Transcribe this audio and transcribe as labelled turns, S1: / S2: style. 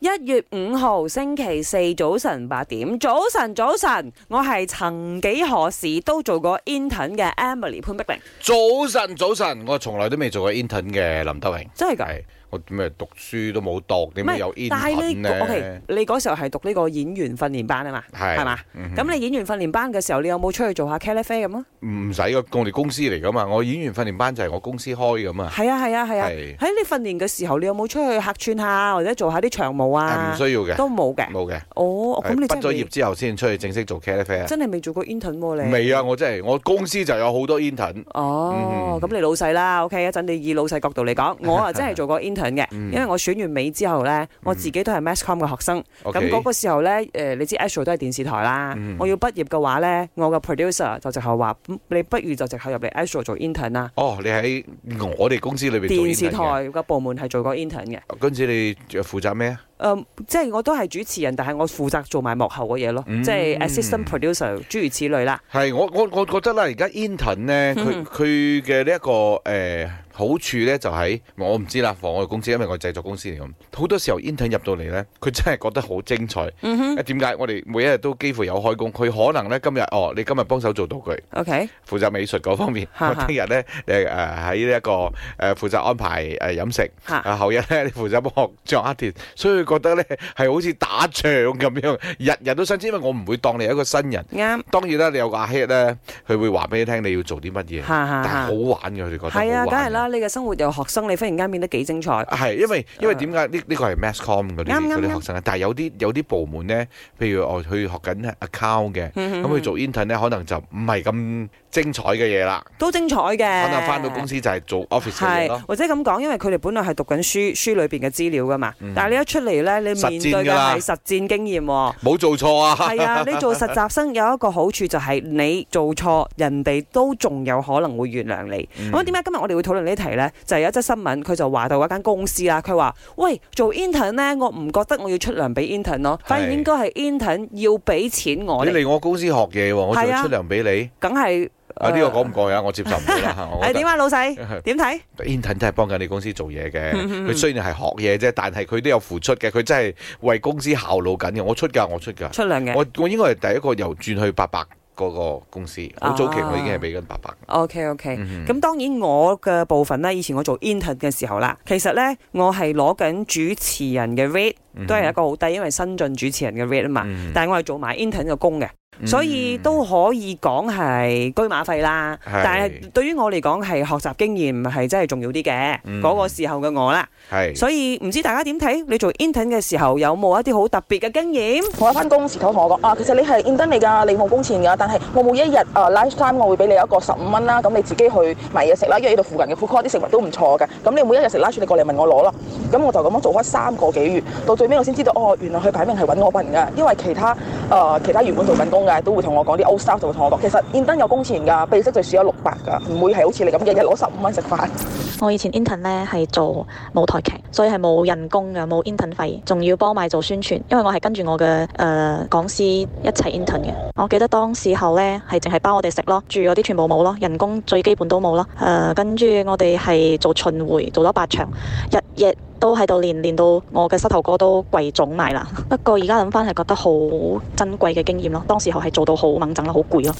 S1: 一月五號星期四早晨八點，早晨早晨，我係曾幾何時都做過 intern 嘅 Emily 潘碧玲，
S2: 早晨，早晨，我從來都未做過 intern 嘅林德榮，
S1: 真係㗎。
S2: 係我咩讀書都冇讀，
S1: 唔
S2: 點
S1: 係
S2: 解有
S1: 但係
S2: intern
S1: 你嗰 OK，
S2: 咧？
S1: 你嗰時候係讀呢個演員訓練班啊嘛，
S2: 係
S1: 係嘛？
S2: 嗯
S1: 咁你演員訓練班嘅時候，你有冇出去做下茄喱啡咁啊？
S2: 唔使噶，我哋公司嚟噶嘛，我演員訓練班就係我公司開噶嘛，
S1: 係啊係啊係啊！
S2: 係
S1: 喺你訓練嘅時候，你有冇出去客串下或者做下啲長務
S2: 係
S1: 啊
S2: 唔？需要嘅，
S1: 都冇嘅。
S2: 冇嘅。
S1: 哦，咁
S2: 係
S1: 你真
S2: 畢咗
S1: 係
S2: 業之後先出去正式做 c a f
S1: 未
S2: a
S1: 真係未做過 intern 喎你？
S2: 未啊，我真係我公司就有好多 intern，
S1: 哦，
S2: 嗯
S1: 咁你老細啦，OK，一陣你以老細角度嚟 講，我啊真係做過 intern 嘅，
S2: 嗯
S1: 因為我選完美之後呢，我自己都係 mass com 嘅學生，咁
S2: OK 嗯
S1: 嗰個時候呢，誒你知 Astro 都係電視台啦，我要畢業嘅話呢，我嘅 producer 就直頭話，嗯你不如就直頭入嚟 Astro 做 intern 啦，
S2: 哦，你喺我哋公司裏邊做
S1: 電視
S2: intern
S1: 台
S2: 嘅。哦
S1: 嘅部門係做過 intern 嘅，
S2: 嗰陣時你負責咩啊？
S1: 誒即係我都係主持人，但係我負責做埋幕後嘅嘢咯，
S2: 嗯
S1: 即係 assistant producer 諸如此類啦，
S2: 係我我我覺得啦，而家 intern 咧，佢佢嘅呢一個誒、呃好處咧，就喺、我唔知啦，放我哋公司，因為我係製作公司嚟咁，好多時候 intern 入到嚟咧，佢真係覺得好精彩。誒點解我哋每一日都幾乎有開工？佢可能咧今日哦，你今日幫手做道具，
S1: ，OK，
S2: 負責美術嗰方面；
S1: 哈哈
S2: 我聽日咧誒誒喺呢一個誒、呃、負責安排誒、呃、飲食。
S1: 嚇，
S2: 啊！後日咧，你負責幫我做一田，所以佢覺得咧係好似打仗咁樣，日日都新鮮。因為我唔會當你係一個新人，
S1: 啱，
S2: 當然啦，你有個阿 head 咧，佢會話俾你聽你要做啲乜嘢，
S1: 嚇
S2: 但
S1: 嚇
S2: 係
S1: 嚇
S2: 好。玩嘅，佢哋覺得
S1: 係啊，
S2: 好
S1: 梗係
S2: 玩嘅
S1: 啦！你嘅生活由學生，你忽然間變得幾精彩。
S2: 啊係，因為因為點解呢？呢個係 mass com 嗰啲
S1: 啱啱
S2: 嗰啲
S1: 啱
S2: 學生啊，但係有啲有啲部門咧，譬如我去學緊 account 嘅，咁佢做 intern 咧，可能就唔係咁精彩嘅嘢啦，
S1: 都精彩嘅。
S2: 可能翻到公司就係做 office 嘅嘢
S1: 係
S2: 咯，
S1: 或者咁講，因為佢哋本來係讀緊書，書裏邊嘅資料噶嘛。但係你一出嚟咧，你面對
S2: 嗯實戰
S1: 嘅
S2: 㗎啦
S1: 係實戰經驗 喎。
S2: 冇做錯啊！
S1: 係啊，你做實習生有一個好處就係你做錯，人哋都仲有可能會原諒你。
S2: 嗯
S1: 咁點解今日我哋會討論呢題呢？就係有啊一則新聞，佢就話到一間公司啦，佢話：喂，做 intern 呢，我唔覺得我要出糧俾 intern 咯，反而
S2: 係
S1: 應該係 intern 要俾錢我
S2: 你
S1: 哋，
S2: 嚟我公司學嘢喎，我仲
S1: 係啊
S2: 要出糧俾你。
S1: 梗係
S2: 啊！呢個講唔
S1: 誒
S2: 過癮，我接受唔到 啦。我
S1: 誒
S2: 覺
S1: 點啊，老細
S2: 得
S1: 點睇？
S2: intern 真係幫緊你公司做嘢嘅，佢雖然係學嘢啫，但係佢都有付出嘅，佢真係為公司效勞緊嘅。我出㗎，我出㗎。
S1: 出糧嘅。
S2: 我我應該係第一個由轉去八百嗰個公司，好早期我已經係俾緊八百。
S1: OK OK，咁、
S2: 嗯
S1: 當然我嘅部分咧，以前我做 intern 嘅時候啦，其實咧我係攞緊主持人嘅 rate，都
S2: 嗯
S1: 係一個好低，因為新進主持人嘅 rate 啊嘛。但係我係做埋 intern 嘅工嘅，
S2: 嗯
S1: 所以都可以講係居馬費啦。
S2: 係
S1: 但係對於我嚟講係學習經驗係真係重要啲嘅，嗰、個時候嘅我啦。
S2: 嗯係
S1: 所以唔知大家點睇？你做 intern 嘅時候有冇一啲好特別嘅經驗？
S3: 我一翻工時頭同我講啊，其實你係 intern 嚟㗎，你冇工錢㗎，但係我每一日啊 lifetime 我會俾你一個十五蚊啦，咁你自己去買嘢食啦，因為呢度附近嘅 food court 啲食物都唔錯嘅，咁你每一日食 lunch 你過嚟問我攞啦，咁我就咁樣做開三個幾月，到最尾我先知道哦，原來佢擺明係揾我笨㗎，因為其他啊其他原本做緊工嘅都會同我講啲 old staff 就會同我講，其實 intern 有工錢㗎，秘職最少有六百㗎，唔會係好似你咁日日攞十五蚊食飯。
S4: 我以前 intern 咧係做舞台劇，所以係冇人工嘅，冇 intern 費，仲要幫埋做宣傳，因為我係跟住我嘅誒、呃、講師一齊 intern 嘅。我記得當時候咧係淨係包我哋食咯，住嗰啲全部冇咯，人工最基本都冇咯。誒、跟住我哋係做巡迴，做咗八場，日夜都喺度練，練到我嘅膝頭哥都跪腫埋啦。不過而家諗翻係覺得好珍貴嘅經驗咯，當時候係做到好猛震咯，好攰咯。